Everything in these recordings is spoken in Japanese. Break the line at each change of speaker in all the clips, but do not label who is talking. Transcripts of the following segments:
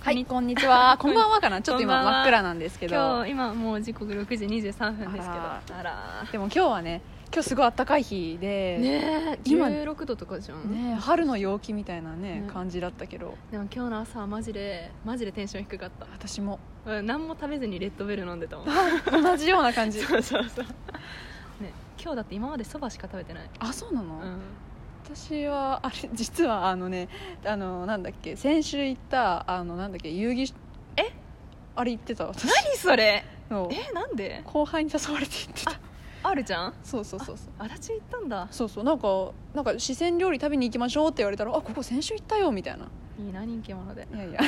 はい、こんにちは。 こんばんはかな。ちょっと今
こんばんは
真っ暗なんですけ
今
ど。
日今もう時刻6時23分ですけど
あ
あら
でも今日はね、今日すごい暖かい日で、
ねえ
今
16度とかじゃん、
ね春の陽気みたいなね
ね
感じだったけど、
でも今日の朝はマジでマジでテンション低かった
私 も
うん何も食べずにレッドベル飲んで たもん
同じような感じ。
そうそうそうね今日だって今までそばしか食べてない
あ、そうな
う
の。
ん
私はあれ実はあのね、あのなんだっけ、先週行ったあのなんだっけ遊戯
え
あれ行ってた私
何それ
の
えなんで
後輩に誘われて行ってた。
あるじゃん
そうそうそうそう。
足立行ったんだ
そうそうなんかなんか四川料理食べに行きましょうって言われたらあここ先週行ったよみたいない
いな人気者で
いやいや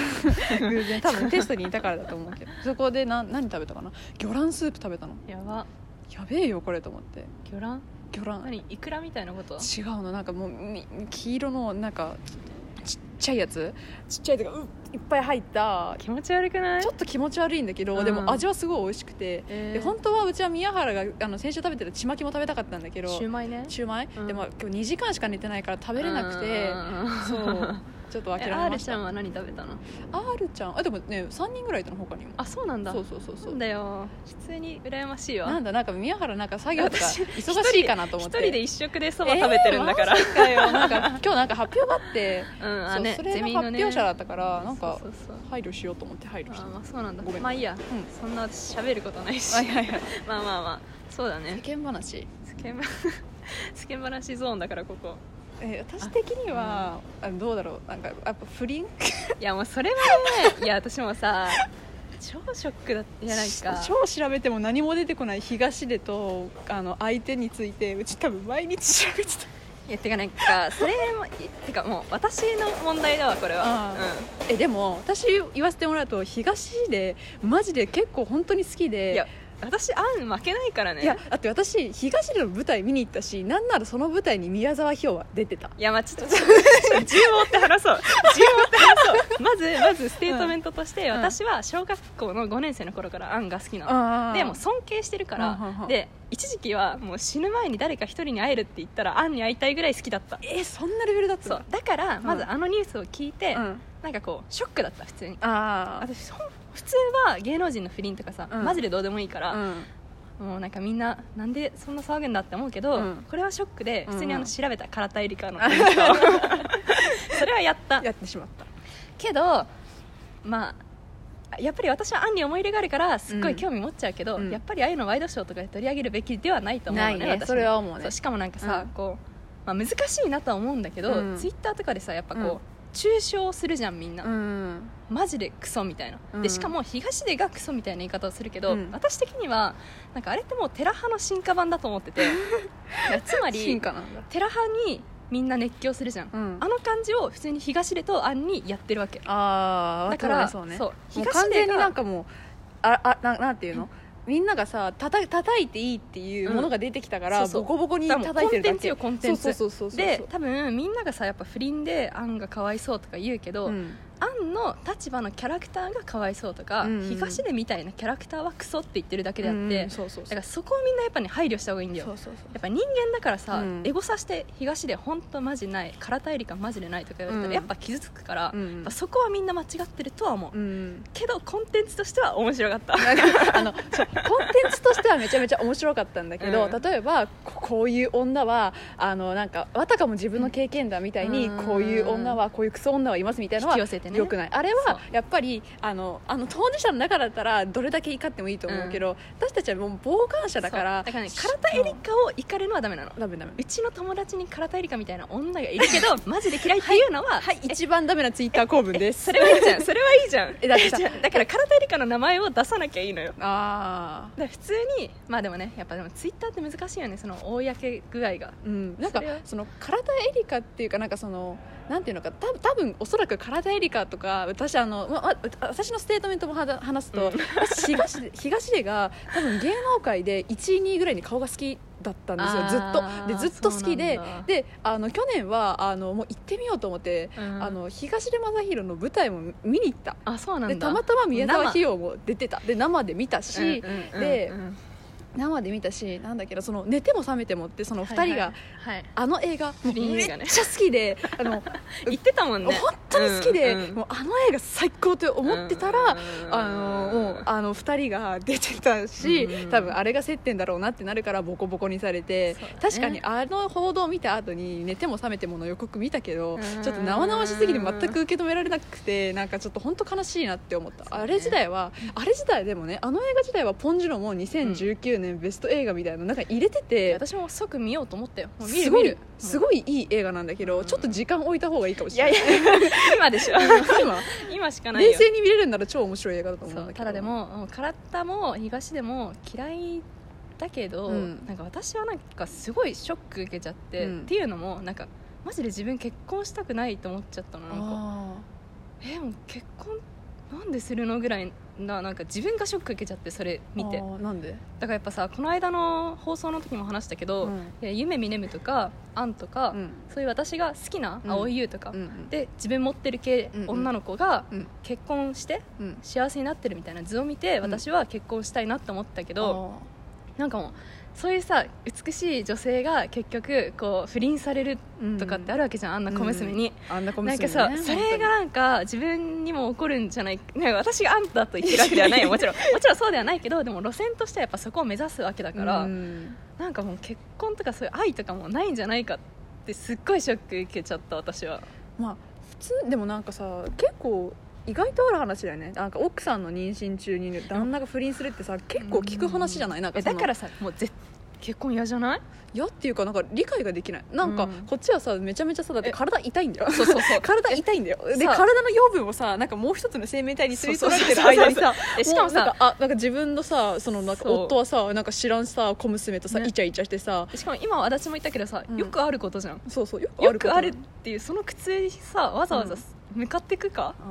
偶然多分テストにいたからだと思うけどそこでな何食べたかな魚卵スープ食べたの
やば
やべえよこれと思って
魚卵
魚卵違
何イクラみたいなこと
うのなんかもうみ黄色のなんかちちっちゃいやつちっちゃいとかういっぱい入った
気持ち悪くない
ちょっと気持ち悪いんだけど、
うん
でも味はすごい美味しくて、
え
で本当はうちは宮原があの先週食べてたちまきも食べたかったんだけど
シューマイね
シューマイ、
うん
でも今日2時間しか寝てないから食べれなくて、
うん
そうちょっと
え
諦
R
めまし
ちゃ
た
んは何食べたの
R ちゃんあでもね3人ぐらいいたの他にも
あそうなんだ
そうそうそうそ
なん
う
だよ普通に羨ましいわ
なんだなんか宮原なんか作業とか
私
忙しいかなと思って
一人で一食でそば食べてるんだから、
えーマジかよなん か今日なんか発表があって
うん
そ
あ
う
ね
それ
ゼ
の
ミ
発
のね
表者だったからなんか
そうそうそう
配慮しようと思って配慮し
あ
た
まあそうなんだ
ごめん
まあいいや、
ん
そんな私喋ることないし
はいはいはい
まあまあまあそうだ
世
ね
間話
つけま つけ話ゾーンだからここ
えー私的にはあどうだろうなんかやっぱ不倫
いやもうそれはね いや私もさ超ショックだったじゃない か
超調べても何も出てこない東出とあの相手についてうち多分毎日調べてた
いやてかなんかそれもいてかもう私の問題だわこれは
あえでも私言わせてもらうと東でマジで結構本当に好き
う
で
んいや私あん負けないからね
いやだって私東での舞台見に行ったしなんならその舞台に宮沢ひょうは出てた
いやまあち ょっとちょっと自由を追って 話そう自由を追って話そうまずまずステートメントとして、
うん
私は小学校の5年生の頃からアンが好きなの、でもう尊敬してるか
うんうんう
ら
ん
で一時期はもう死ぬ前に誰か一人に会えるって言ったらアンに会いたいぐらい好きだった
えそんなレベルだった
そうだからまずあのニュースを聞いて、
うん、
なんかこうショックだった普通に
あ
私ほん普通は芸能人の不倫とかさ、
うん
マジでどうでもいいから、
うん
もうなんかみんななんでそんな騒ぐんだって思うけど、
うん
これはショックで普通にあ
うんう
の
ん
調べた唐田絵里香のインスタをそれは やった
やってしまった
けどまあやっぱり私はアンに思い入れがあるからすっごい興味持っちゃうけど、
うん
やっぱりああいうのワイドショーとかで取り上げるべきではないと思うのね私も
それは思う
そ
ね
うしかもなんかさ、
うん
こうまあ、難しいなとは思うんだけど、
うん
ツイッターとかでさやっぱこう、
うん
中傷するじゃんみんな、
うん
マジでクソみたいな、
うん
でしかも東出がクソみたいな言い方をするけど、
うん
私的にはなんかあれってもうテラ派の進化版だと 思ってていやつまり
進化なんだ
テラ派にみんな熱狂するじゃん、
うん
あの感じを普通に東出とアンにやってるわけ
ああ
だから
そうね
そう
もう
東出が
完全になんかもうああななんていうのみんながさたた叩いていいっていうものが出てきたから、
うんそうそう
ボコボコに
だからもう
叩いてるだけ
コンテンツよコンテンツ
そうそうそうそう
で多分みんながさやっぱ不倫でアンがかわいそうとか言うけど、
うん
アンの立場のキャラクターがかわいそうとか、
うんうん
東出みたいなキャラクターはクソって言ってるだけであって、
うん
だ
そうそうそう
からそこをみんなやっぱね配慮した方がいいんだよ
そうそうそう
やっぱ人間だからさ、
うん
エゴさして東で本当マジない空大陸はマジでないとか言われた
う
ら
ん
やっぱ傷つくから、
うん
やっぱそこはみんな間違ってるとは思う、
うん
けどコンテンツとしては面白かっ た
あのそうコンテンツとしてはめちゃめちゃ面白かったんだけど、
うん
例えばここういう女はあのなんかあたかも自分の経験談みたいに、
うん
こういう女はこういうクソ女はいますみたいなのは
引き寄せてね
よくないあれは
そ
やっぱりあのあの当事者の中だったらどれだけ怒ってもいいと思うけど、私たちはもう傍観者だから
そうだからね空田エリカを怒るのはダメなの
ダメダメ
うちの友達に空田エリカみたいな女がいる けどマジで嫌いっていうのは、
はい一番ダメなツイッター公文です
それはいいじゃんそれはいいじゃん
えだってさ
じゃあだから空田エリカの名前を出さなきゃいいのよ
ああ
だから普通にまあでもねやっぱでもツイッターって難しいよねその公具合が
うん、なんか
それは
その体エリカっていうかなんかそのなんていうのかた多分おそらく体エリカとか私あの、まま私のステートメントもはだ話すと、
うん
私東 出東出が多分芸能界で1位2位ぐらいに顔が好きだったんですよず
あー
っとでずっと好きで
そうなんだ
であの去年はあのもう行ってみようと思って、
うん
あの東出昌大の舞台も見に行った
あそうなんだ
でたまたま宮沢
生
ひよも出てたで生で見たし、
うんうんうんうん
で生で見たしなんだけどその寝ても覚めてもってその2人が、
はいはい
あの映画もう
不倫
め
映
っち
画
ゃ
ね
好きで、あの
言ってたもんね
本当に好きで、
うんうん
もうあの映画最高と思ってたら、
うん
あのもうあの2人が出てたし、
うん
多分あれが接点だろうなってなるからボコボコにされて、
そうだね
確かにあの報道を見た後に寝ても覚めてもの予告見たけど、
うん
ちょっと生々しすぎて全く受け止められなくてなんかちょっと本当悲しいなって思った、
そうね
あれ自体はあれ自体でもねあの映画自体はポン・ジュノも2019年ベスト映画みたいなのなんか入れて
いや
て。
私も即見ようと思ったよもう見
す
る
ご
見
い
る
す
い
ごいいい映画なんだけど、
うん
ちょっと時間置いた方がいいかもし
い
れな
や
い
いや今でしょ
今
今しかないよ
冷静に見れるんなら超面白い映画だと思うん
そ
だけ
う
ど
ただでももう空っ田も東でも嫌いだけど、
うん
なんか私はなんかすごいショック受けちゃって、
うん
っていうのもなんかマジで自分結婚したくないと思っちゃったのなんか
あ
えもう結婚なんでするのぐらいななんか自分がショック受けちゃってそれ
ー
見て
あ
だか
ーなんで
らやっぱさこの間の放送の時も話したけど、
うん
いや夢みねむとかアンとか、
うん
そういう私が好きな
うん
蒼井優とか、
うん
で自分持ってる系
うんうん
女の子が
うん
結婚して
うん
幸せになってるみたいな図を見て私は結婚したいなって思ったけど、
あ
なんかもうそういうさ美しい女性が結局こう不倫される
ー
とかってあるわけじゃん、あんな小娘に、
あんな小
なん
娘
か
にね
さ、それが
本
なんか自分にも起こるんじゃない なんか私があんたと言ってるわけでは ないよもちろんもちろんそうではないけどでも路線としてはやっぱそこを目指すわけだ
当に
から、
うん
なんかもう結婚とかそういう愛とかもないんじゃないかってすっごいショック受けちゃった私は
まあ普通でもなんかさ結構意外とある話だよねなんか奥さんの妊娠中に旦那が不倫するってさ結構聞く話じゃないなんか
え
その
だからさもうぜ結婚嫌じゃない
嫌っていうかなんか理解ができないなんか
うん
こっちはさめちゃめちゃさだって
え
体痛いんだよ
そうそうそう
体痛いんだよで
さあ
体の養分をさなんかもう一つの生命体に吸い取られてる
そうそうそ
間
うそう
にさ
えしかもさ
うなんかあなんか自分のさそのなんか
そう
夫はさなんか知らんさ小娘とさ、
ね
イチャイチャしてさ
しかも今は私も言ったけどさ、
うん
よくあることじゃん
そうそうよくあ
よ
るこ
く
と
あるっていうその苦痛にさわざわざ向かってくか、
あ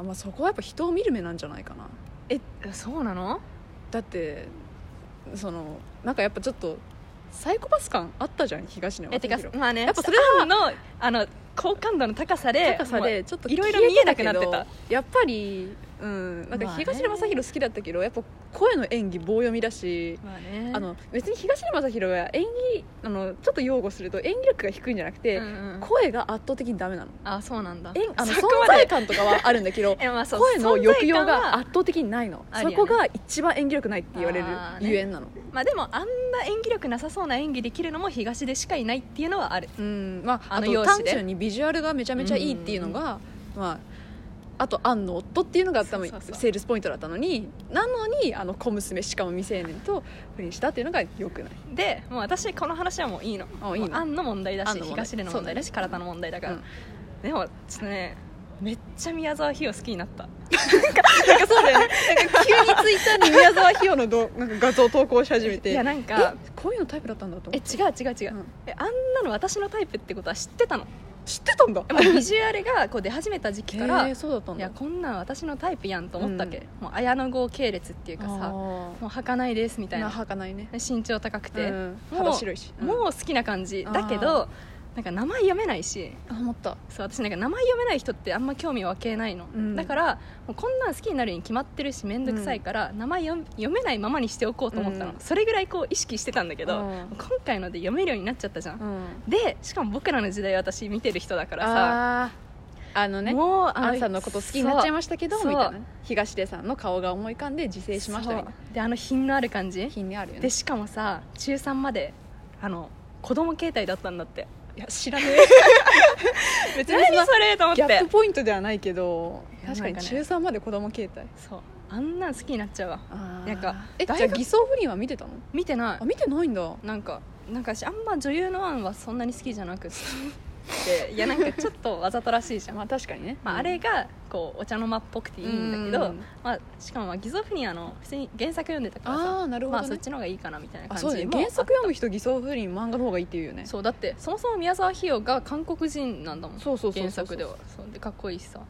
ーまあそこはやっぱ人を見る目なんじゃないかな
えそうなの
だってそのなんかやっぱちょっとサイコパス感あったじゃん東野
えてか
やっ
まあね
やっぱそれ
アンのあの好感度の高さで
高さでちょっと
いろいろ
消え
見え
て
な
た
く
け
なって
ど
た
やっぱりうんなん
ま
か
あね
東野正弘好きだったけどやっぱ声の演技棒読みだし
まあね
あの別に東野正弘は演技あのちょっと擁護すると演技力が低いんじゃなくて、
うんうん
声が圧倒的にダメなの
あそうなんだ
えあの存
そこまで
在感とかはあるんだけ ど
えまあそう
声の抑揚
存在感
が
は
圧倒的にないの、
あるよ
そ
ね
こが一番演技力ないって言われる
あーね
ゆえんなの、
まあでもあんな演技力なさそうな演技できるのも東でしかいないっていうのはある
うんまあ、
あ
あ
の
と
容
単
姿で
純にビジュアルがめちゃめちゃいいっていうのが、まあ、あとアンの夫っていうのが多分
そうそうそう
セールスポイントだったのになのにあの小娘しかも未成年と不倫したっていうのがよくない、
でもう私この話はもういいの
あいいの
もうアンの問題だ
アン
し
の問題
東での問題だし体の問題だから、
うん
でもちょっとねめっちゃ宮沢ひよ好きにな った
なんかそうだよねなんか 急にツイッターに宮沢ひよのどなんか画像投稿し始めて
いやなんか
えこういうのタイプだったんだと
え
思
違
って
う違う違う、
うん
えあんなの私のタイプってことは知ってたの
知ってたんだ
でもビジュアルがこう出始めた時期から、
へーそうだったん
い
だ
やこんなん私のタイプやんと思ったっけ、
うん
もう綾野剛系列っていうかさ
あ
も
ー
う儚いですみたい
な
な
はかないね
身長高くて、
うん
もう
肌白いしうん
もう好きな感じ
あー
だけどなんか名前読めないし
思った
そう私なんか名前読めない人ってあんま興味分けないの、
うん
だからもうこんなん好きになるに決まってるし面倒くさいから、名前読読めないままにしておこうと思ったの、
うん
それぐらいこう意識してたんだけど、
うん
今回ので読めるようになっちゃったじゃん、
うん
でしかも僕らの時代私見てる人だからさ
あーあのね
もう
あんさんのこと好きになっちゃい
し
ましたけど
そう
みたいな東出さんの顔が思い浮かんで自制しましたみたいな
であの品のある感じ
品にあるよね
でしかもさ中3まであの子供携帯だったんだって
いや知らねえ 別にそんな
何それと思っ
ギャッ
て
プポイントではないけど
いや
確かに
なんかね
中3まで子供携帯
そうあんなん好きになっちゃうわー
なんかえじゃ
大
あ
学
偽装不倫は見てたの
見てな
あ見てないんだ
いなんかなんか私あんま女優の案はそんなに好きじゃなくっていやなんかちょっとわざとらしいじゃん、ま
まあ確かにね
あ、あれがこうお茶の間っぽくていいんだけど、
うん
まあ、しかもまあ偽造フニアの普通に原作読んでたからさ
ああなるほ
ま
ど
あそっ
ね
ちの方がいいかなみたいな
あ
感じ
そうね
も
原作読む人偽装不倫漫画の方がいいって言うよね
そうだってそもそも宮沢ひよが韓国人なんだもん
そうそうそうそう
原作ではそうでかっこいいしさ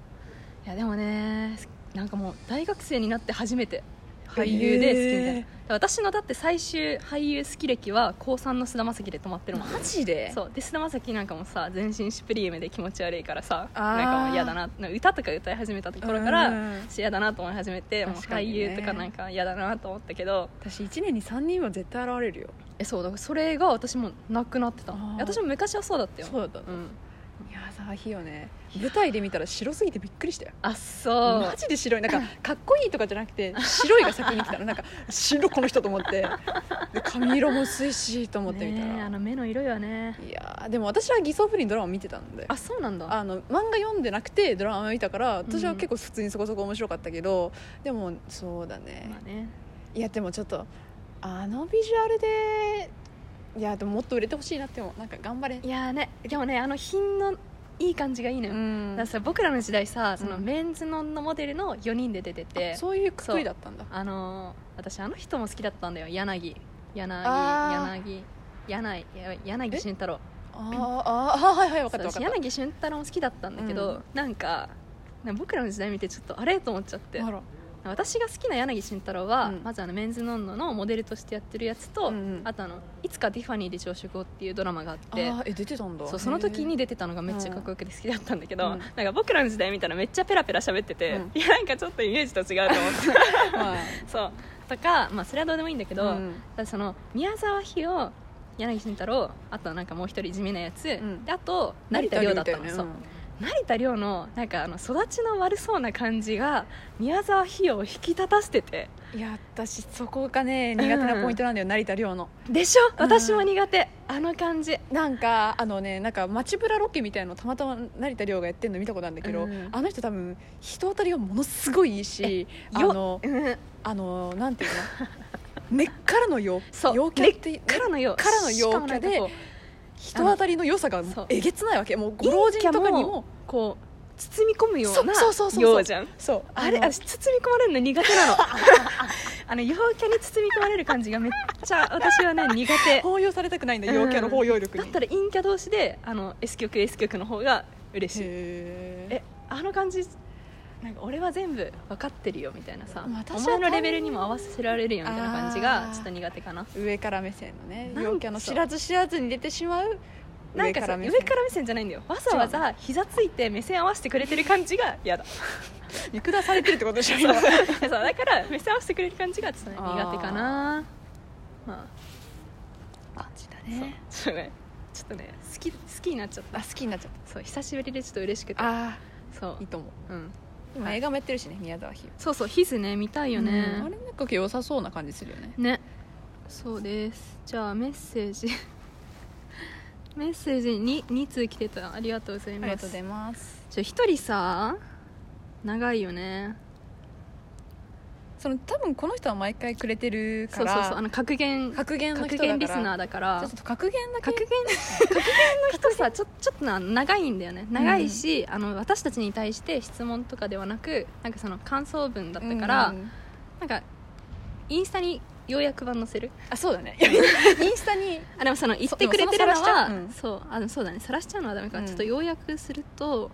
いやでもねなんかもう大学生になって初めて俳優で好きみたいな、
へー
私のだって最終俳優好き歴は高3の菅田将暉で止まってるもん
マジで
そうで菅田将暉なんかもさ全身シュプリームで気持ち悪いからさ
あー
なんかもう嫌だななんか歌とか歌い始めたところから
うん
嫌だなと思い始めて、もう
確か
俳
にね
優とかなんか嫌だなと思ったけど
私1年に3人は絶対現れるよ
えそうだからそれが私もなくなってた
あー
私も昔はそうだったよ
そうだったの
ん、
いやさひよね舞台で見たら白すぎてびっくりしたよ
あそう
マジで白いなんかかっこいいとかじゃなくて白いが先に来たのなんか白この人と思ってで髪色も薄いしと思ってみた
ねえあ
ら、
の目の色よね
いやーでも私は偽装不倫ドラマ見てたんで
あそうなんだ
あの漫画読んでなくてドラマ見たから私は
うん
結構普通にそこそこ面白かったけど、でもそうだね、
まあね
いやでもちょっとあのビジュアルでいやでももっと売れてほしいなってもなんか頑張れ
いやーねでもねあの品のいい感じがいいのよ、
ん
だからさ僕らの時代さその
うん
メンズのモデルの4人で出てて、
そういうくくりだったんだ
あのー私あの人も好きだったんだよ柳柳
あ
柳柳や柳俊太郎
あーあーあーはいはい分かった分
そう
か
私
った
柳俊太郎も好きだったんだけど、
うん
なんかなんか僕らの時代見てちょっとあれと思っちゃって
あら
私が好きな柳俊太郎は、
うん
まずあのメンズノンノのモデルとしてやってるやつと、
うんうん
あとあの「いつかティファニーで朝食を」っていうドラマがあっ
あ
て
ーえ出てたんだ
そうその時に
へ
出てたのがめっちゃかっこよくて好きだったんだけど、
うん
なんか僕らの時代見たらめっちゃペラペラ喋ってて、
うん
いやなんかちょっとイメージと違うと思って
ーはい
そうとか、まあ、それはどうでもいいんだけど、
うん
ただその宮沢ひよ柳慎太郎あとなんかもう一人地味なやつ、
ん
であと成田凌だったの、
よ
そう
ね
成田凌のなんかあの育ちの悪そうな感じが宮沢ひよを引き立たせてて
うんいや私そこがね苦手なポイントなんだよ、成田凌の
でしょ私も苦手、あの感じ
なんかあのねなんか街ぶらロケみたいのたまたま成田凌がやってるの見たことあるんだけど、
うん
あの人多分人当たりがものすごいいいしあ
よ
の
うん
あのなんていうの根っからのよ
そう
陽キ
根
ャ
っ
って
からのよ
からの陽キャで
しかもなんかこう
人当たりの良さが
そう
えげつないわけもうご老人とかに
陰キャも
も
こう包み込むような
そうそうそうそうそう
ようじゃん
そう
あれ
の
私包み込まれるの苦手なの あの陽キャに包み込まれる感じがめっちゃ私はね苦手
包容されたくないんだ
うん
陽キャの包容力
だっ
に、
たら陰キャ同士であの S 曲 S 曲の方が嬉しい
へー
えあの感じなんか俺は全部分かってるよみたいなさお
私は
前のレベルにも合わせられるよみたいな感じ
あ
が
ー
ちょっと苦手かな
上から目線のね
なんか
陽キャの知らず知らずに出てしまう
なんかさ上から目線じゃないんだよわざわざ膝ついて目線合わせてくれてる感じが 嫌だ
見下されてるってことでしょ
そう
今
そうだから目線合わせてくれる感じがちょっとね苦手かなま
感じだ
あねちょっとねちょっとね好き好きになっちゃった
あ好きになっちゃっ
そう久しぶりでちょっと嬉しくて
たあ
そう
いい、と思う
うん、
今映画もやってるしね宮沢ひよ
そうそうヒズね見たいよね
あ、れなんか良さそうな感じするよね
ねそうですじゃあメッセージ メッセージに2通来てたありがとうござい
あり
ま
が
す
とうございます
ちょ一人さ長いよね
その多分この人は毎回くれてる
そ
か
う
ら
そうそうあの格言
格言の人だ
格
から
言リスナーだから
じゃあちょっと格言だけ
格言格言の人さちょちょっとな長いんだよね長いし、あの私たちに対して質問とかではなくなんかその感想文だったから、
うん
なんかインスタにようやく版載せる
あそうだねインスタに
あでもその言ってくれてる
でも
の
その晒し
は
ち
そ
ゃ
う,、
ううん
あのそうだね晒しちゃうのはダメか、
うん
ちょっと要約すると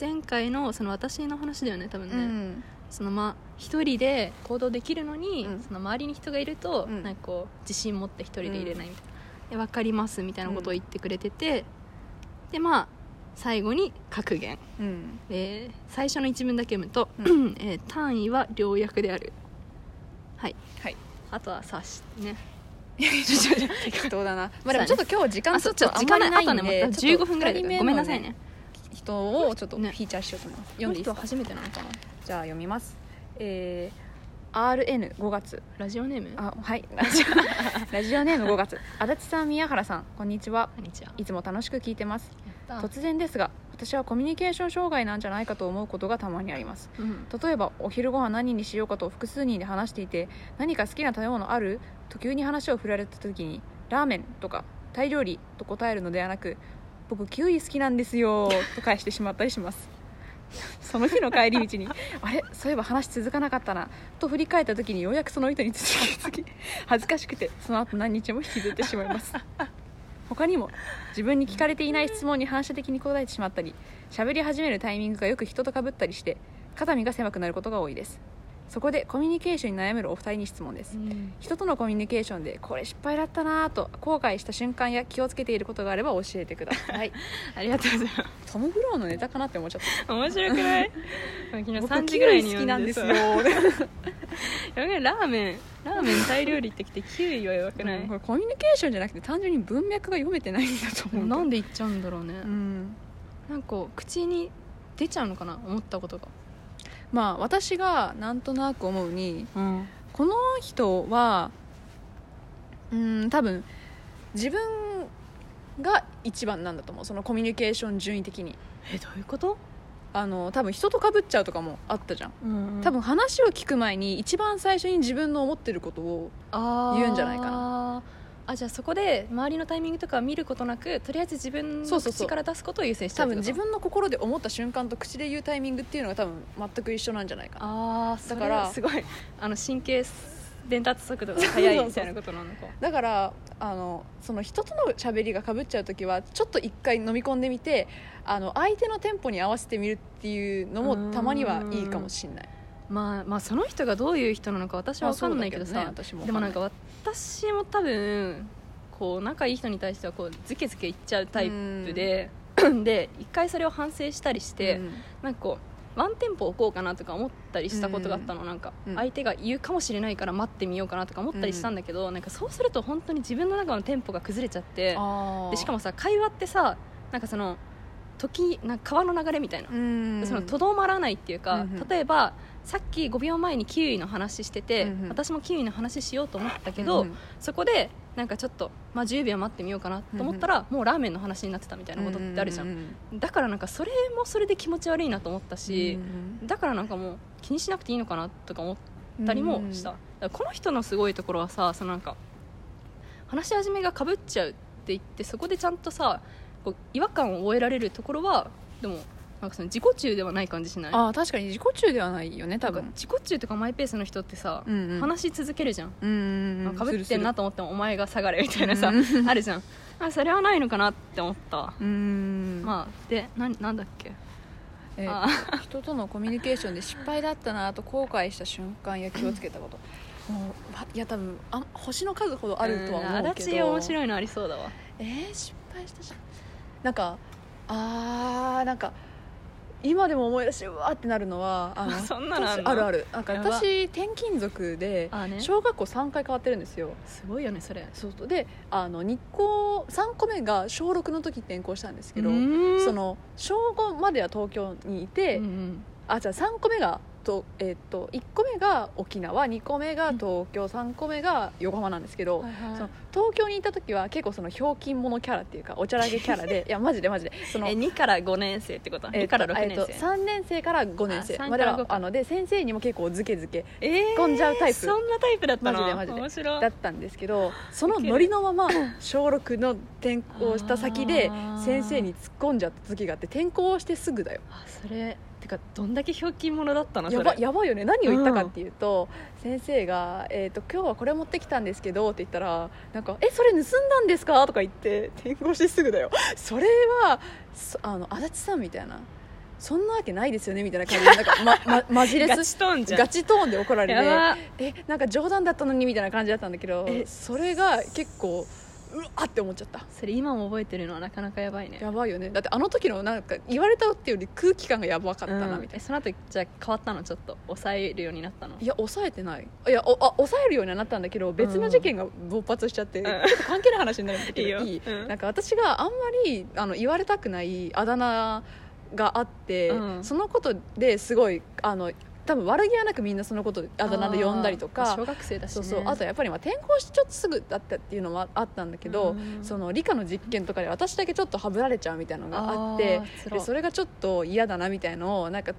前回のその私の話だよね多分ね、
うん
そのま一人で行動できるのに、
うん
その周りに人がいると、
うん
なんかこう自信持って一人でいれないみたいな、で分かりますみたいなことを言ってくれてて、でまあ最後に格言、
うん
えー最初の一文だけ読むと、
う
えー単位は良薬であるはい
はい
あとはさしね
適当だな まあでもちょっと今日時間
あ
ち
そ
ょっ
うちょ
と
っと
あ
時
んま
間
り
な
ないい
あ
ん
と
で
ねまた15分ぐらいだからごめんなさいね
人をちょっとフ
ね
ィーチャーしようと思います読
読
ん
ん
でいい
でい
で
い
すか
初めてなのかな
じゃあ読みますえー RN5 月
ラジオネーム
あはい ラジオラジオネーム5月足立さん宮原さんこんにちは
こんにちはい
つも楽しく聞いてます
やった
突然ですが私はコミュニケーション障害なんじゃないかと思うことがたまにあります
うん
例えばお昼ご飯何にしようかと複数人で話していて何か好きな食べ物あると急に話を振られた時にラーメンとかタイ料理と答えるのではなく僕キウイ好きなんですよと返してしまったりしますその日の帰り道にあれそういえば話続かなかったなと振り返った時にようやくその意図に続き続 き恥ずかしくてその後何日も引きずってしまいます他にも自分に聞かれていない質問に反射的に答えてしまったり喋り始めるタイミングがよく人とかぶったりして肩身が狭くなることが多いですそこでコミュニケーションに悩めるお二人に質問です
うん
人とのコミュニケーションでこれ失敗だったなぁと後悔した瞬間や気をつけていることがあれば教えてください
ありがとうございます
トム・フローのネタかなって思っちゃった
面白くない 昨日
僕
3時
キ
ぐら
ウイ
いに
好き
読
なんですよ
さ やばいラーメンラーメンタイ料理ってきてキウイはやばくな
うん
い
これコミュニケーションじゃなくて単純に文脈が読めてないんだと 思う
なん
で
でいっちゃうんだろうね
うん
なんか口に出ちゃうのかな思ったことが
まあ私がなんとなく思うに
うん
この人はうん多分自分が一番なんだと思うそのコミュニケーション順位的に
えどういうこと
あの多分人とかぶっちゃうとかもあったじゃん多
多
分話を聞く前に一番最初に自分の思ってることを言
言
うんじゃないか
なあじゃあそこで周りのタイミングとか見ることなくとりあえず自分
そう
の
そうそう
口から出すことを優先して
多分自分の心で思った瞬間と口で言うタイミングっていうのが多分全く一緒なんじゃないかな
ああ
だ
だ
か
かららすごいあの神経伝達速度が速いみたいなこ となのか
だからあのその人との喋りがかぶっちゃう時はちょっと一回飲み込んでみてあの相手のテンポに合わせてみるっていうの
うー
も
ん
たまにはいいかもしれない
まあまあその人がどういう人なのか私は分かんないけどさ、
まあそうだけどね私も
で
分か
も
ん
な
ない
んか私も多分こう仲いい人に対してはこうズケズケいっちゃうタイプでで一回それを反省したりして、
うん
なんかこうワンテンポ置こうかなとか思ったりしたことがあったの、なんか
うん
相手が言うかもしれないから待ってみようかなとか思ったりしたんだけど、なんかそうすると本当に自分の中のテンポが崩れちゃってでし
も
かもさ会話ってさなんかその時なんか川の流れみたいな
うん
そのとどまらないっていうか、
うんうん
例えばさっき5秒前にキウイの話してて、
うんうん
私もキウイの話しようと思ったけど、
うんうん
そこでなんかちょっと、まあ、10秒待ってみようかなと思ったら、もうラーメンの話になってたみたいなことってあるじゃん、
ううう
だからなんかそれもそれで気持ち悪いなと思ったし
うん、うん
だからなんかもう気にしなくていいのかなとか思ったりもした、
うん
だからこの人のすごいところはさそのなんか話し始めがかぶっちゃうって言ってそこでちゃんとさこう違和感を覚えられるところはでもなんかその自己中ではない感じしない
あー確かに自己中ではないよね多
なん
分
か自己中とかマイペースの人ってさ、
うんうん
話し続けるじゃん、
うんうんうん
かぶってんな
す
と思ってもお前が下がれみたいなさ、
うん
あるじゃんあそれはないのかなって思ったわ、
るするうん
まあでななんだっけ
え
あ
人とのコミュニケーションで失敗だったなと後悔した瞬間や気をつけたことも うわいや多分あ星の数ほどあるとは思うけど
足立面白いのありそうだわ
えー失敗したじゃんなんかあーなんか今でも思い出してうわーってなるのは あの
そんなのあんの
私るあるなんか
やば
私転勤族で
あーね
小学校3回変わってるんですよ
すごいよねそれ
そうそうであの日光3個目が小6の時転校したんですけどそ
そ
の小5までは東京にいて、あじゃあ3個目がと、えっと1個目が沖縄2個目が東京、3個目が横浜なんですけど、その東京にいた時は結構そのひょうきん者キャラっていうかおちゃらげキャラでいやマジでマジでその
え2から5年生ってこと
えっ
2
と
から6年
えっと
生
3年生から5年生
あ3
まで
から
は
5か
あので先生にも結構ズケズケ
え
込んじゃうタイプ
そんなタイプだったの
マジでマジで
面白
だ
い
ったんですけどそのノリのまま小6の転校した先で
あー
先生に突っ込んじゃった時があって転校してすぐだよ
あそれてかどんだけひょうきん者だったのそ
や
れ
ばやばいよね何を言ったかっていうと、先生が、えーと「今日はこれ持ってきたんですけど」って言ったら「なんかえそれ盗んだんですか?」とか言って転校してすぐだよそれはそあの足立さんみたいなそんなわけないですよねみたいな感じでなんか、まま、マジレ
ガ
ス
チトーンじゃん
ガチトーンで怒られ
やば
てえなんか冗談だったのにみたいな感じだったんだけど
え
それが結構うわっって思っちゃった
それ今も覚えてるのはなかなかやばいね
やばいよねだってあの時のなんか言われたっていうより空気感がやばかったなみたいな、
うんえその後じゃあ変わったのちょっと抑えるようになったの
いや抑えてないいやおあ抑えるようにはなったんだけど別の事件が勃発しちゃって、ちょっと関係ない話になるんだけど
いいよ
いい
うん
なんか私があんまりあの言われたくないあだ名があって、
うん
そのことですごいあの多分悪気はなくみんなそのことあだ名で呼んだりと
あー
か
小学生だし、ね、
そうそうあとやっぱりまあ転校しちょっとすぐだったっていうのもあったんだけど、
うん
その理科の実験とかで私だけちょっとはぶられちゃうみたいなのがあって
あー辛
でそれがちょっと嫌だなみたいのをなんか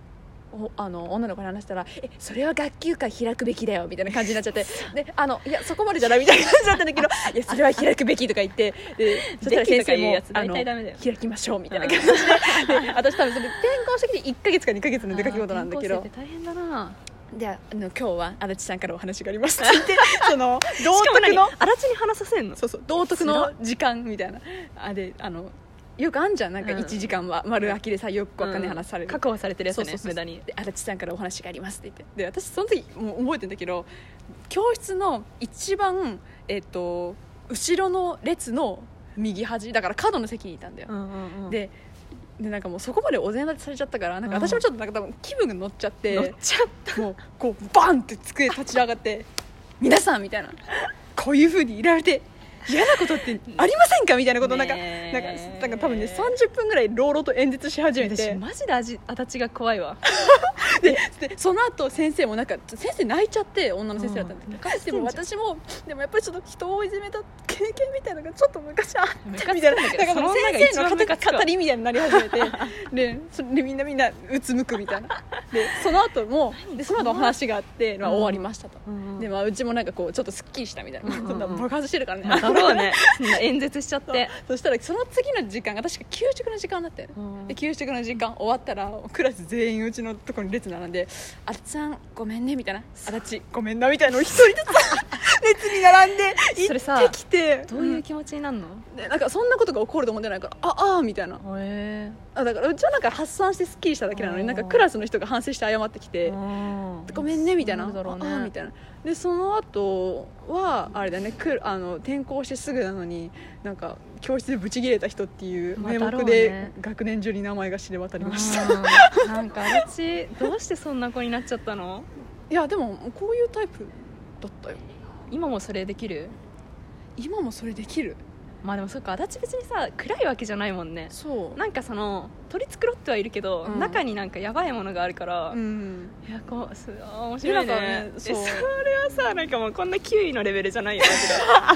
おあの女の子に話したら「えそれは学級会開くべきだよ」みたいな感じになっちゃってであのいやそこまでじゃないみたいな感じだったん だけど「いやそれは開くべき」とか言ってでそしたら先生
べきとか言う
も
やつ
あ
大
の
体ダメだよ
開きましょう」みたいな感じでで私多分それ 転校してきて1か月か2か月の出かけ事なんだけ
あー
ど
転校生って大変だな
であの今日は足立さんからお話がありますって言って その道
しかも
徳
何
の
荒地に話させんの
そうそう道徳の時間みたいなあであのよくあんじゃんなんか
うん
1時間は丸空きでさよくわかんない話される、
確保されてるやつね
そうそうそう
無駄に
で足立さんからお話がありますって言ってで私その時もう覚えてんだけど教室の一番、えっと後ろの列の右端だから角の席にいたんだよ、
で
ででなんかもうそこまでお膳立てされちゃったからなんか私もちょっとなんか多分気分が乗っちゃって、
乗っちゃっ
もうこうバンって机立ち上がって 「皆さん」みたいな「こういうふうにいられて嫌なことってありませんか?」みたいなことをなんか
ね
なんか
え
なんか多分ね30分ぐらい朗々と演説し始め
た私
て
マジで味足立が怖いわ
ででその後先生もなんか先生泣いちゃって女の先生だったんだけど
うん
でも私もでもやっぱりちょっと人をいじめた経験みたいなのがちょっと昔あっ
ム
た
カ
み
つ
た
く
い
ん
な
だ
だ
け
か
ど
ら
その
先
女が一
生の
番ムカつく
語
わ
語りみたいになり始めてでそれでみんなみんなうつむくみたいな でその後もでその後お話があって、まあ、
うん
終わりましたと。で
でも
まあ、うちもなんかこうちょっとすっきりしたみたいな、
うんうんうん
そんな爆発してるからね、
だろうね そんな演説しちゃっ
そう
て
そしたらその次の時間が確か給食の時間だったよね、で給食の時間終わったらクラス全員うちのところに列並んで「足立さんごめんね」みたいな「足立ごめんな」みたいなのを一 人ずつ列に並んで
それさ
行ってきて
どういう気持ちになるの
うんでなんかそんなことが起こると思ってないから「ああ」みたいな
へ
あだからうちはなんか発散してすっきりしただけなのに
うん
なんかクラスの人が反省して謝ってきて
ご
ごめんねみたいな
だろう
ああ
ね
みたいなでその後はあれだねくあの転校してすぐなのになんか教室でブチギレた人っていう
まあ
名
だろ
目
うね
で、学年中に名前が知れ渡りました
うんなんかあれちどうしてそんな子になっちゃったの
いやでもこういうタイプだったよ
今もそれできる
今もそれできる
まあでもそっか足立別にさ暗いわけじゃないもんね
そう
なんかその取り繕ってはいるけど、
うん
中になんかやばいものがあるから、
うん
いやこうすあー面白い
な
ね
んかね
え
そ
そうれはさなんかもうこんなキウイのレベルじゃないよ だ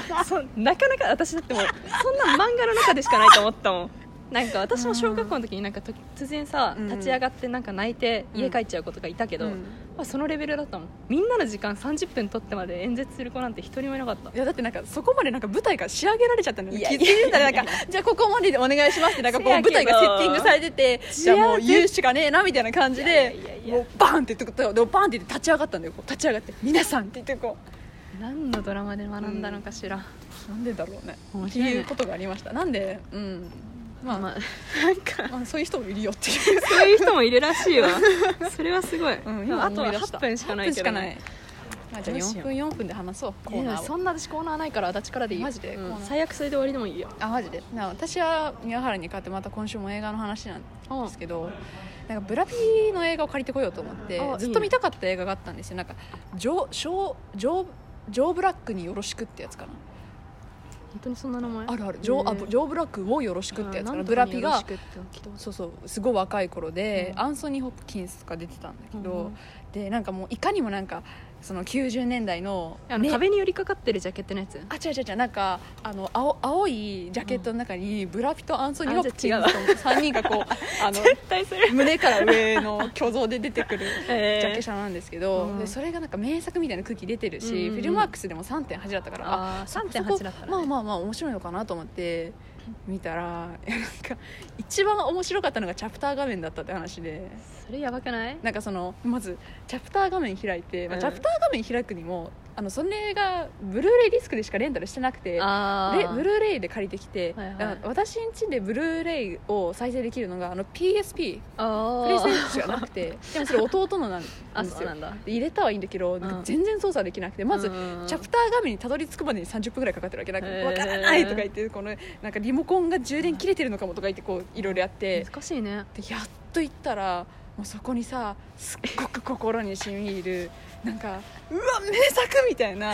けどそなかなか私だってもうそんな漫画の中でしかないと思ったもんなんか私も小学校の時になんかと突然さ
うん
立ち上がってなんか泣いて
うん
家帰っちゃう子とかいたけど、
うん
まあ、そのレベルだったもんみんなの時間30分取ってまで演説する子なんて一人もいなかった
いやだってなんかそこまでなんか舞台が仕上げられちゃったのよ
いや
気づいたらなんかじゃあここまででお願いしますってなんかこう
せや
舞
けど
台がセッティングされててじゃあもう
いや
言うしかねえなみたいな感じ
いや
で
いやいや
もうバンって言ってでもバンって言って立ち上がったんだよこう立ち上がって皆さんって言ってこ
何のドラマで学んだのかしら、
うなんでだろうね
面
って
白いね
いうことがありましたなんでうんまあま
まあなんか
あそういう人もいるよっていう
そういう人もいるらしい わそれはすごい、
うん
でも
今
あと
思
はい
出した
8分しかないけど、ね、
まあじゃあ
どうし
4
よう
分4分で話そうコー
い
ナ
や
ー
そ
を
んな私コーナーないから足立からでいいよ
マジで
うん
コーナー
最悪それで終わりでもいいよ
あマジでな私は宮原に代わってまた今週も映画の話なんですけどなんかブラピの映画を借りてこようと思って
あ
ずっ
いい
と
ね
見たかった映画があったんですよなんかジョーショージョージョーブラックによろしくってやつかな
本当にそんな名前
あるあるジョーあ
へー
ジョーブラックをよろしくってやつか
あな
なん
と
ブ
か
ラ
に
ピ
よろ
が
しくって聞いたこと
そうそうすごい若い頃で、
うん
アンソニー・ホップキンスとか出てたんだけど、
うんうん
でなんかもういかにもなんかその90年代の
あるあの、
ね
壁に寄りかかってるジャケットのやつ
あ違う違う違うなんかあの青青いジャケットの中にブラピとアンソニー・ホップキンスと3人がこう あの
対する
胸から上の虚像で出てくるジャケ
え
写なんですけど、
うん
でそれがなんか名作みたいな空気出てるし、
うんうんうん
フィルマークスでも3.8だったから
あー
そこ
3.8だったらね
まあまあまあ面白いのかなと思って見たらいやなんか一番面白かったのがチャプター画面だったって話で
それやばくない
なんかそのまずチャプター画面開いて、まあ、
うん
チャプター画面開くにもあのそれがブルーレイディスクでしかレンタルしてなくて
あ
でブ
ー
ルーレイで借りてきて、
はいはい
だから私ん家でブルーレイを再生できるのがあの PSP
あ
プレイステ
ー
ーションじゃなく てでもそれ弟のなんですよ
あそうなんだ
で入れたはいいんだけど、なんか全然操作できなくてまず、
うん
チャプター画面にたどり着くまでに30分ぐらいかかってるわけなんか
へー
分からないとか言ってこのなんかリモコンが充電切れてるのかもとか言ってこういろいろやって
難しいね
でやっと行ったらもうそこにさすっごく心に染み入るなんかうわ名作みたいな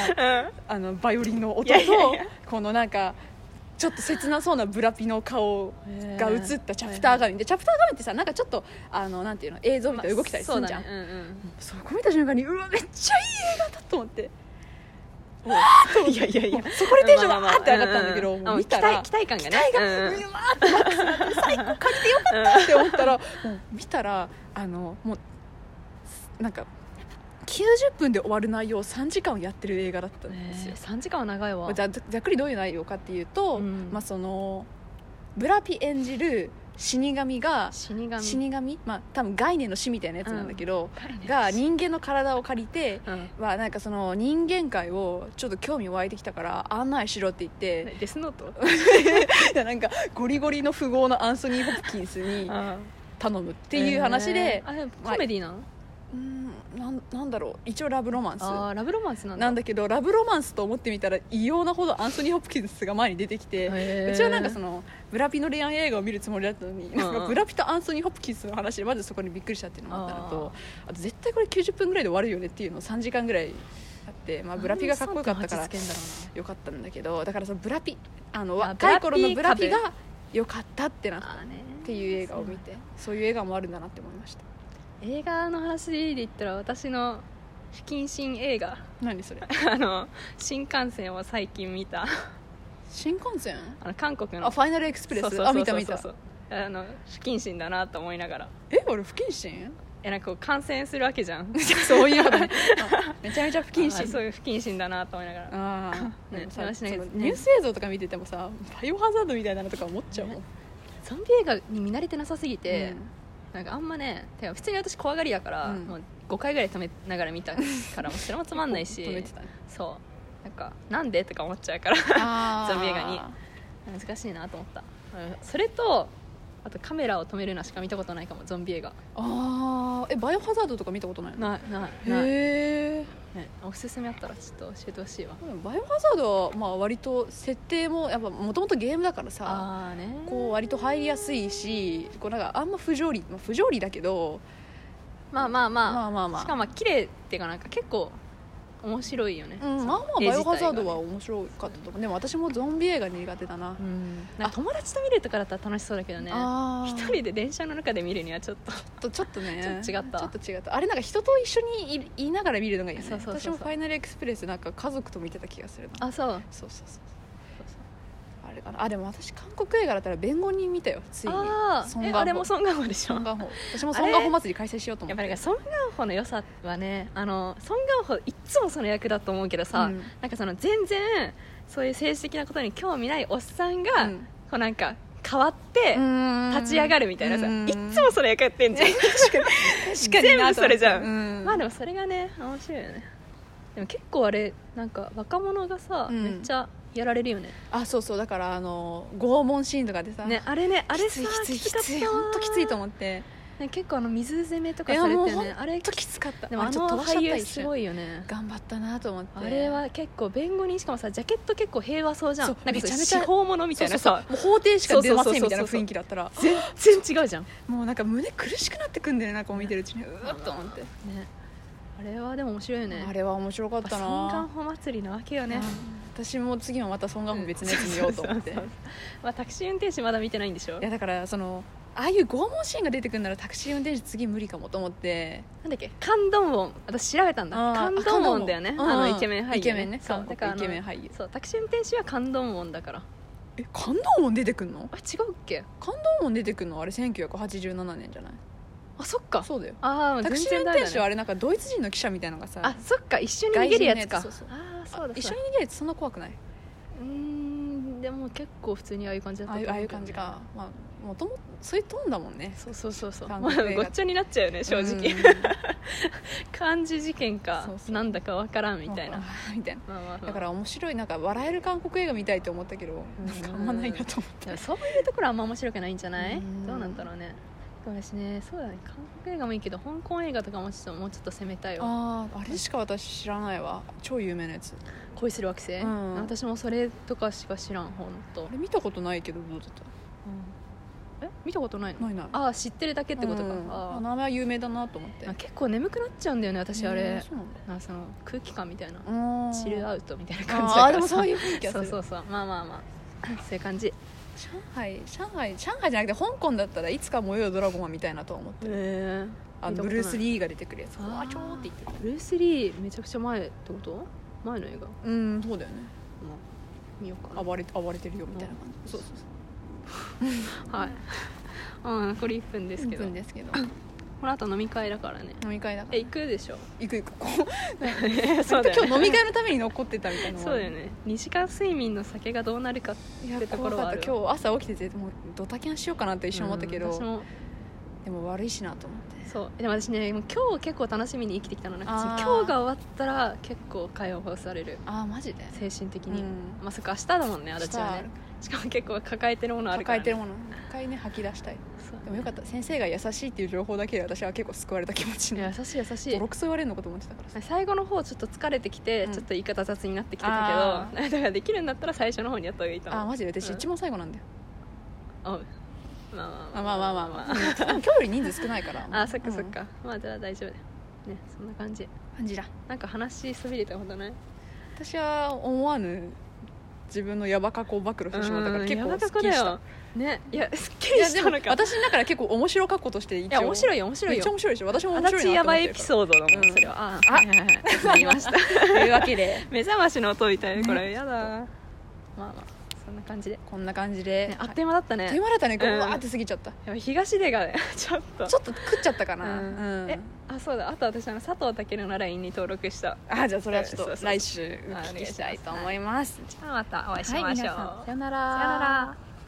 あのバイオリンの音と
いやいやいや
このなんかちょっと切なそうなブラピの顔が映ったチャプター
が
画面でチャプター画面ってさなんかちょっとあのなんていうの映像みたいな動きたりするじゃん、そこ見た瞬間にうわめっちゃいい映画だと思って
いやいやいや
そこでテンションがあって上がったんだけど、
うう
も
う
う見たら
期待期待感がね
期待がう
うん
わーってマックスになって最高買ってよかったって思ったら、もう見たらあのもうなんか90分で終わる内容を3時間をやってる映画だったんですよ、
3時間は長いわ
まあざざざっくりどういう内容かっていうと、
うん
まあ、そのブラピ演じる死神が
死神
死神まあ多分概念の死みたいなやつなんだけど、
神
が人間の体を借りて
うん
はなんかその人間界をちょっと興味湧いてきたから案内しろって言って、
デスノート
いやなんかゴリゴリの富豪のアンソニー・ホプキンスに
っ
頼むっていう話で、
あでもコメディなの
うーんなんなんだろう一応ラブロマンス
あーラブロマンスなんだ
なんだけどラブロマンスと思ってみたら異様なほどアンソニー・ホプキンスが前に出てきて、
へー
うちはなんかそのブラピの恋愛映画を見るつもりだったのに、なんかブラピとアンソニー・ホプキンスの話でまずそこにびっくりしたっていうのもあったのとあと絶対これ90分ぐらいで終わるよねっていうのを3時間ぐらいあって、まあ、ブラピがかっこよかったから
3.8つけんだろうな
よかったんだけどだからそのブラピあの
あ
若い頃のブ
ブ
ラ
ラ
ピ
ピ
がよかったってなっ
あーね
ていう映画を見てそういう映画もあるんだなって思いました
映画の話で言ったら私の不謹慎映画
何それ
あの新幹線を最近見た
新幹線
あの韓国の
あファイナルエクスプレ
そうそうそう
ス
そ
あ
う
見た見た
そうあの不謹慎だなと思いながら
え俺不謹慎
えなんかこう感染するわけじ ゃん不
そういうことねあめちゃめちゃ不謹
そう
慎
いう不謹慎だなと思いながら
ああ、
ね
でもさ
話しない
そ
です
の
ね
ニュース映像とか見ててもさバイオハザードみたいなのとか思っちゃうもん、
ねゾンビ映画に見慣れてなさすぎて、なんかあんまねてか普通に私怖がりだから、
うん
もう5回ぐらい止めながら見たからもうそれもつまんないし
止めてたね
そうなんかなんでとか思っちゃうから
あー
ゾンビ映画に 難しいなと思ったうんそれとあとカメラを止めるなしか見たことないかもゾンビ映画
ああえバイオハザードとか見たことないの
ないないない、
へえ
ねおすすめあったらちょっと教えてほしいわ
バイオハザードはまあ割と設定もやっぱもともとゲームだからさ
ああね
こう割と入りやすいしこうなんかあんま不条理、まあ、不条理だけど
まあまあまあ、
まあまあまあ
しかもまあ綺麗っていうかなんか結構面白いよね、
うん、
そ
まあ
の
まあ
絵
バイオ
自体が
ハザードは面白かったと思うでも私もゾンビ映画苦手だな,、
うんなんか友達と見るとかだったら楽しそうだけどね
ああ
一人で電車の中で見るにはちょっ
と
と
ちょっとね
ちょっと違った
ちょっと違ったあれなんか人と一緒にいいながら見るのがいいよね
そうそうそうそう
私も「ファイナルエクスプレス」なんか家族と見てた気がするな
あそう
そうそうそうあれかなあでも私韓国映画だったら弁護人見たよついに
あ
ソ
あ
ンガ
え
ンホ
あれもソン・ガンホでしょ
ソン
やっ
ガンホ私もソンガンホ祭り開催しようと
ぱ
思
り
っ
な
て
んかソン・ガンホの良さはねあのソン・ガンホいっつもその役だと思うけどさ、
うん
なんかその全然そういう政治的なことに興味ないおっさんが、
うん
こうなんか変わって立
立
ち上がるみたいなさ、
うん
いっつもそれ役やってんじゃん
確
かにな
全部それじゃん、
うまあでもそれがね面白いよねでも結構あれなんか若者がさ、
うん
めっちゃやられるよね
あそうそうだからあの拷問シーンとかでさ、
ねあれねあれ
き
さ
ついきついき
かった
つい本当きついと思って
ね結構あの水攻めとか
いや
されて
もう
よねあれ
本当きつかった
でもあ
ちょっと飛
の
ばしちゃっ
俳
た
優
一
す
瞬
ごいよね
頑張ったなと思って
あれは結構弁護人しかもさジャケット結構平和そうじゃん
そう
なんか
めちゃ
そう
めちゃ
司法者みたいなさ
そうそうそうもう法廷しか出ません
そうそうそうそう
みたいな雰囲気だったら
全然違うじゃん、ね、
もうなんか胸苦しくなってくんだよねなんか見てるうち にうわっと思って、
あれはでも面白いよね
あれは面白かっ
やったぱソンガン
な
ホ祭りなわけよね、
うん私も次はまたソンガンホ別のやつ見ようと思って
そうそうそうまあ、タクシー運転手まだ見てないんでしょ
いやだからそのああいう拷問シーンが出てくるならタクシー運転手次無理かもと思って
なんだっけカンドンウォン私調べたんだ
あー
カンドンウォンだよね
あカン
あ
ドンウォン
のイケメン俳優、ね、
イケメンね
そう
韓国
だからあの
イケメン俳優
そうタクシー運転手はカンドンウォンだから
え感動音出てくんの
あ違うっけ
感動音出てくんのあれ1987年じゃない
あそっか
そうだよ
ああ
タクシー運転手はあれなんかドイツ人の記者みたいなのがさ
あそっか一緒に逃げるやつか
外人の
ああそうだ
一緒
そう
に
だ
逃げるやつそんな怖くないう
ーんでも結構普通にああいう感じだっ
ああ
たと
いうあ
思けど
あいう感じか、まあ、もともとそういうトーンだもんね
そうそうそうそう
韓
ま
国
あ
映画
ごっちゃになっちゃうよね正 直、
直
漢字事件か
そうそう
なんだかわからんみたいな、
みたいな
まあまあまあ
だから面白いなんか笑える韓国映画見たいと思ったけど
ん
なんかあんまないなと思っ
で
て
もそういうところはあんま面白くないんじゃない
うん
どうなんだろうねでも私ねそうだね韓国映画もいいけど香港映画とかもちょっともうちょっと攻めたいわ
あああれしか私知らないわ超有名なやつ
恋する惑星、
うん
私もそれとかしか知らんほんと
あれ見たことないけどどうだった
え見たことないの
ないない
ああ知ってるだけってことか、
うん
あ
あ
あ
名前は有名だなと思って
なんか結構眠くなっちゃうんだよね私あれ、
えーそうなんだ
なんかその空気感みたいな、
うん
チルアウトみたいな感じだ
あー
か
で
ら
も
さ
そういう雰囲気がす
そう
る
そうそうまあまあまあそういう感じ
上海上海上海じゃなくて香港だったらいつか燃えよドラゴンはみたいなとは思ってる
へえ
あのブルース・リーが出てくるやつ
あー
わーちょーって言ってる
ブルース・リーめちゃくちゃ前ってこと前の映画
うんそうだよね
まあ見ようかな
暴れ暴れてるよみたいな感じ、そうそうそう
はい、うん、残り1分ですけど
分ですけど
この後飲み会だからね
飲み会だから
え行くでしょ
行 く行くこう
そうだよね
今日飲み会のために残ってたみたいなのは
そうだよね2時間睡眠の酒がどうなるか
いや
ってところはある
怖かった今日朝起きててもうドタキャンしようかなって一瞬思ったけど、
うん私も
でも悪いしなと思って
そうでも私ねもう今日結構楽しみに生きてきたのなんかその
あー
今日が終わったら結構解放される
ああマジで
精神的に、
うん
まあそっか明日だもんね足立はねしかも結構抱えてるものあるか
抱
ら、
え
ね、
てるもの一回ね吐き出したい
そう
でもよかった先生が優しいっていう情報だけで私は結構救われた気持ち
い
に
や
なる
優しい優し
ボ
い
ロクソ言われるのかと思ってたからさ
最後の方ちょっと疲れてきて、
うん
ちょっと言い方雑になってきてた
あ
けどだからできるんだったら最初の方にやった方がいいと思う
あーマジで私
うん
一番最後なんだよ、
あまあ
あ
ま
ま
あ
あ
ま
ま
あ
あま
まあ
あ
ま
ま
あ
あ、今日より人数少ないから
あそっかそっ
うん
か、まあじゃあ大丈夫だよねそんな感じ
感じだ
なんか話そびれたことない
私は思わぬ自分のヤバ過去を暴露してしまったから結
うんやば
構
か
す
こ
っきり
だ
した
よねいやすっき
い
り
や
し
で
た
も
のか
私の中で結構面白過去として一応
いや面白
い
いよ面白い
めっちゃ
よ
面白いでしょ私も面
足
白い
立
な
や
と思
ば
っ
い
て
エ
る
ピ
から
ソードだもん、
うん
それはあ
あ
はいはいはい言いました
というわけで
目覚ましの音みたいな
ね
これやだまあまあそんな感じで、
こんな感じで、
ねあっという間だった
あ
ね
っという間だったねこう
うん
わーって過ぎちゃった
やっぱ東出がねちょっと
ちょっと食っちゃったかな、
うん
うん
えあそうだあと私あの佐藤健の LINE に登録した
あじゃあそれはちょ
そうそう
っ
そ
と
う
来週お聞きしたいと思います。
じゃあまたお会いし
はい
ましょう、
皆さんさよなら
さよなら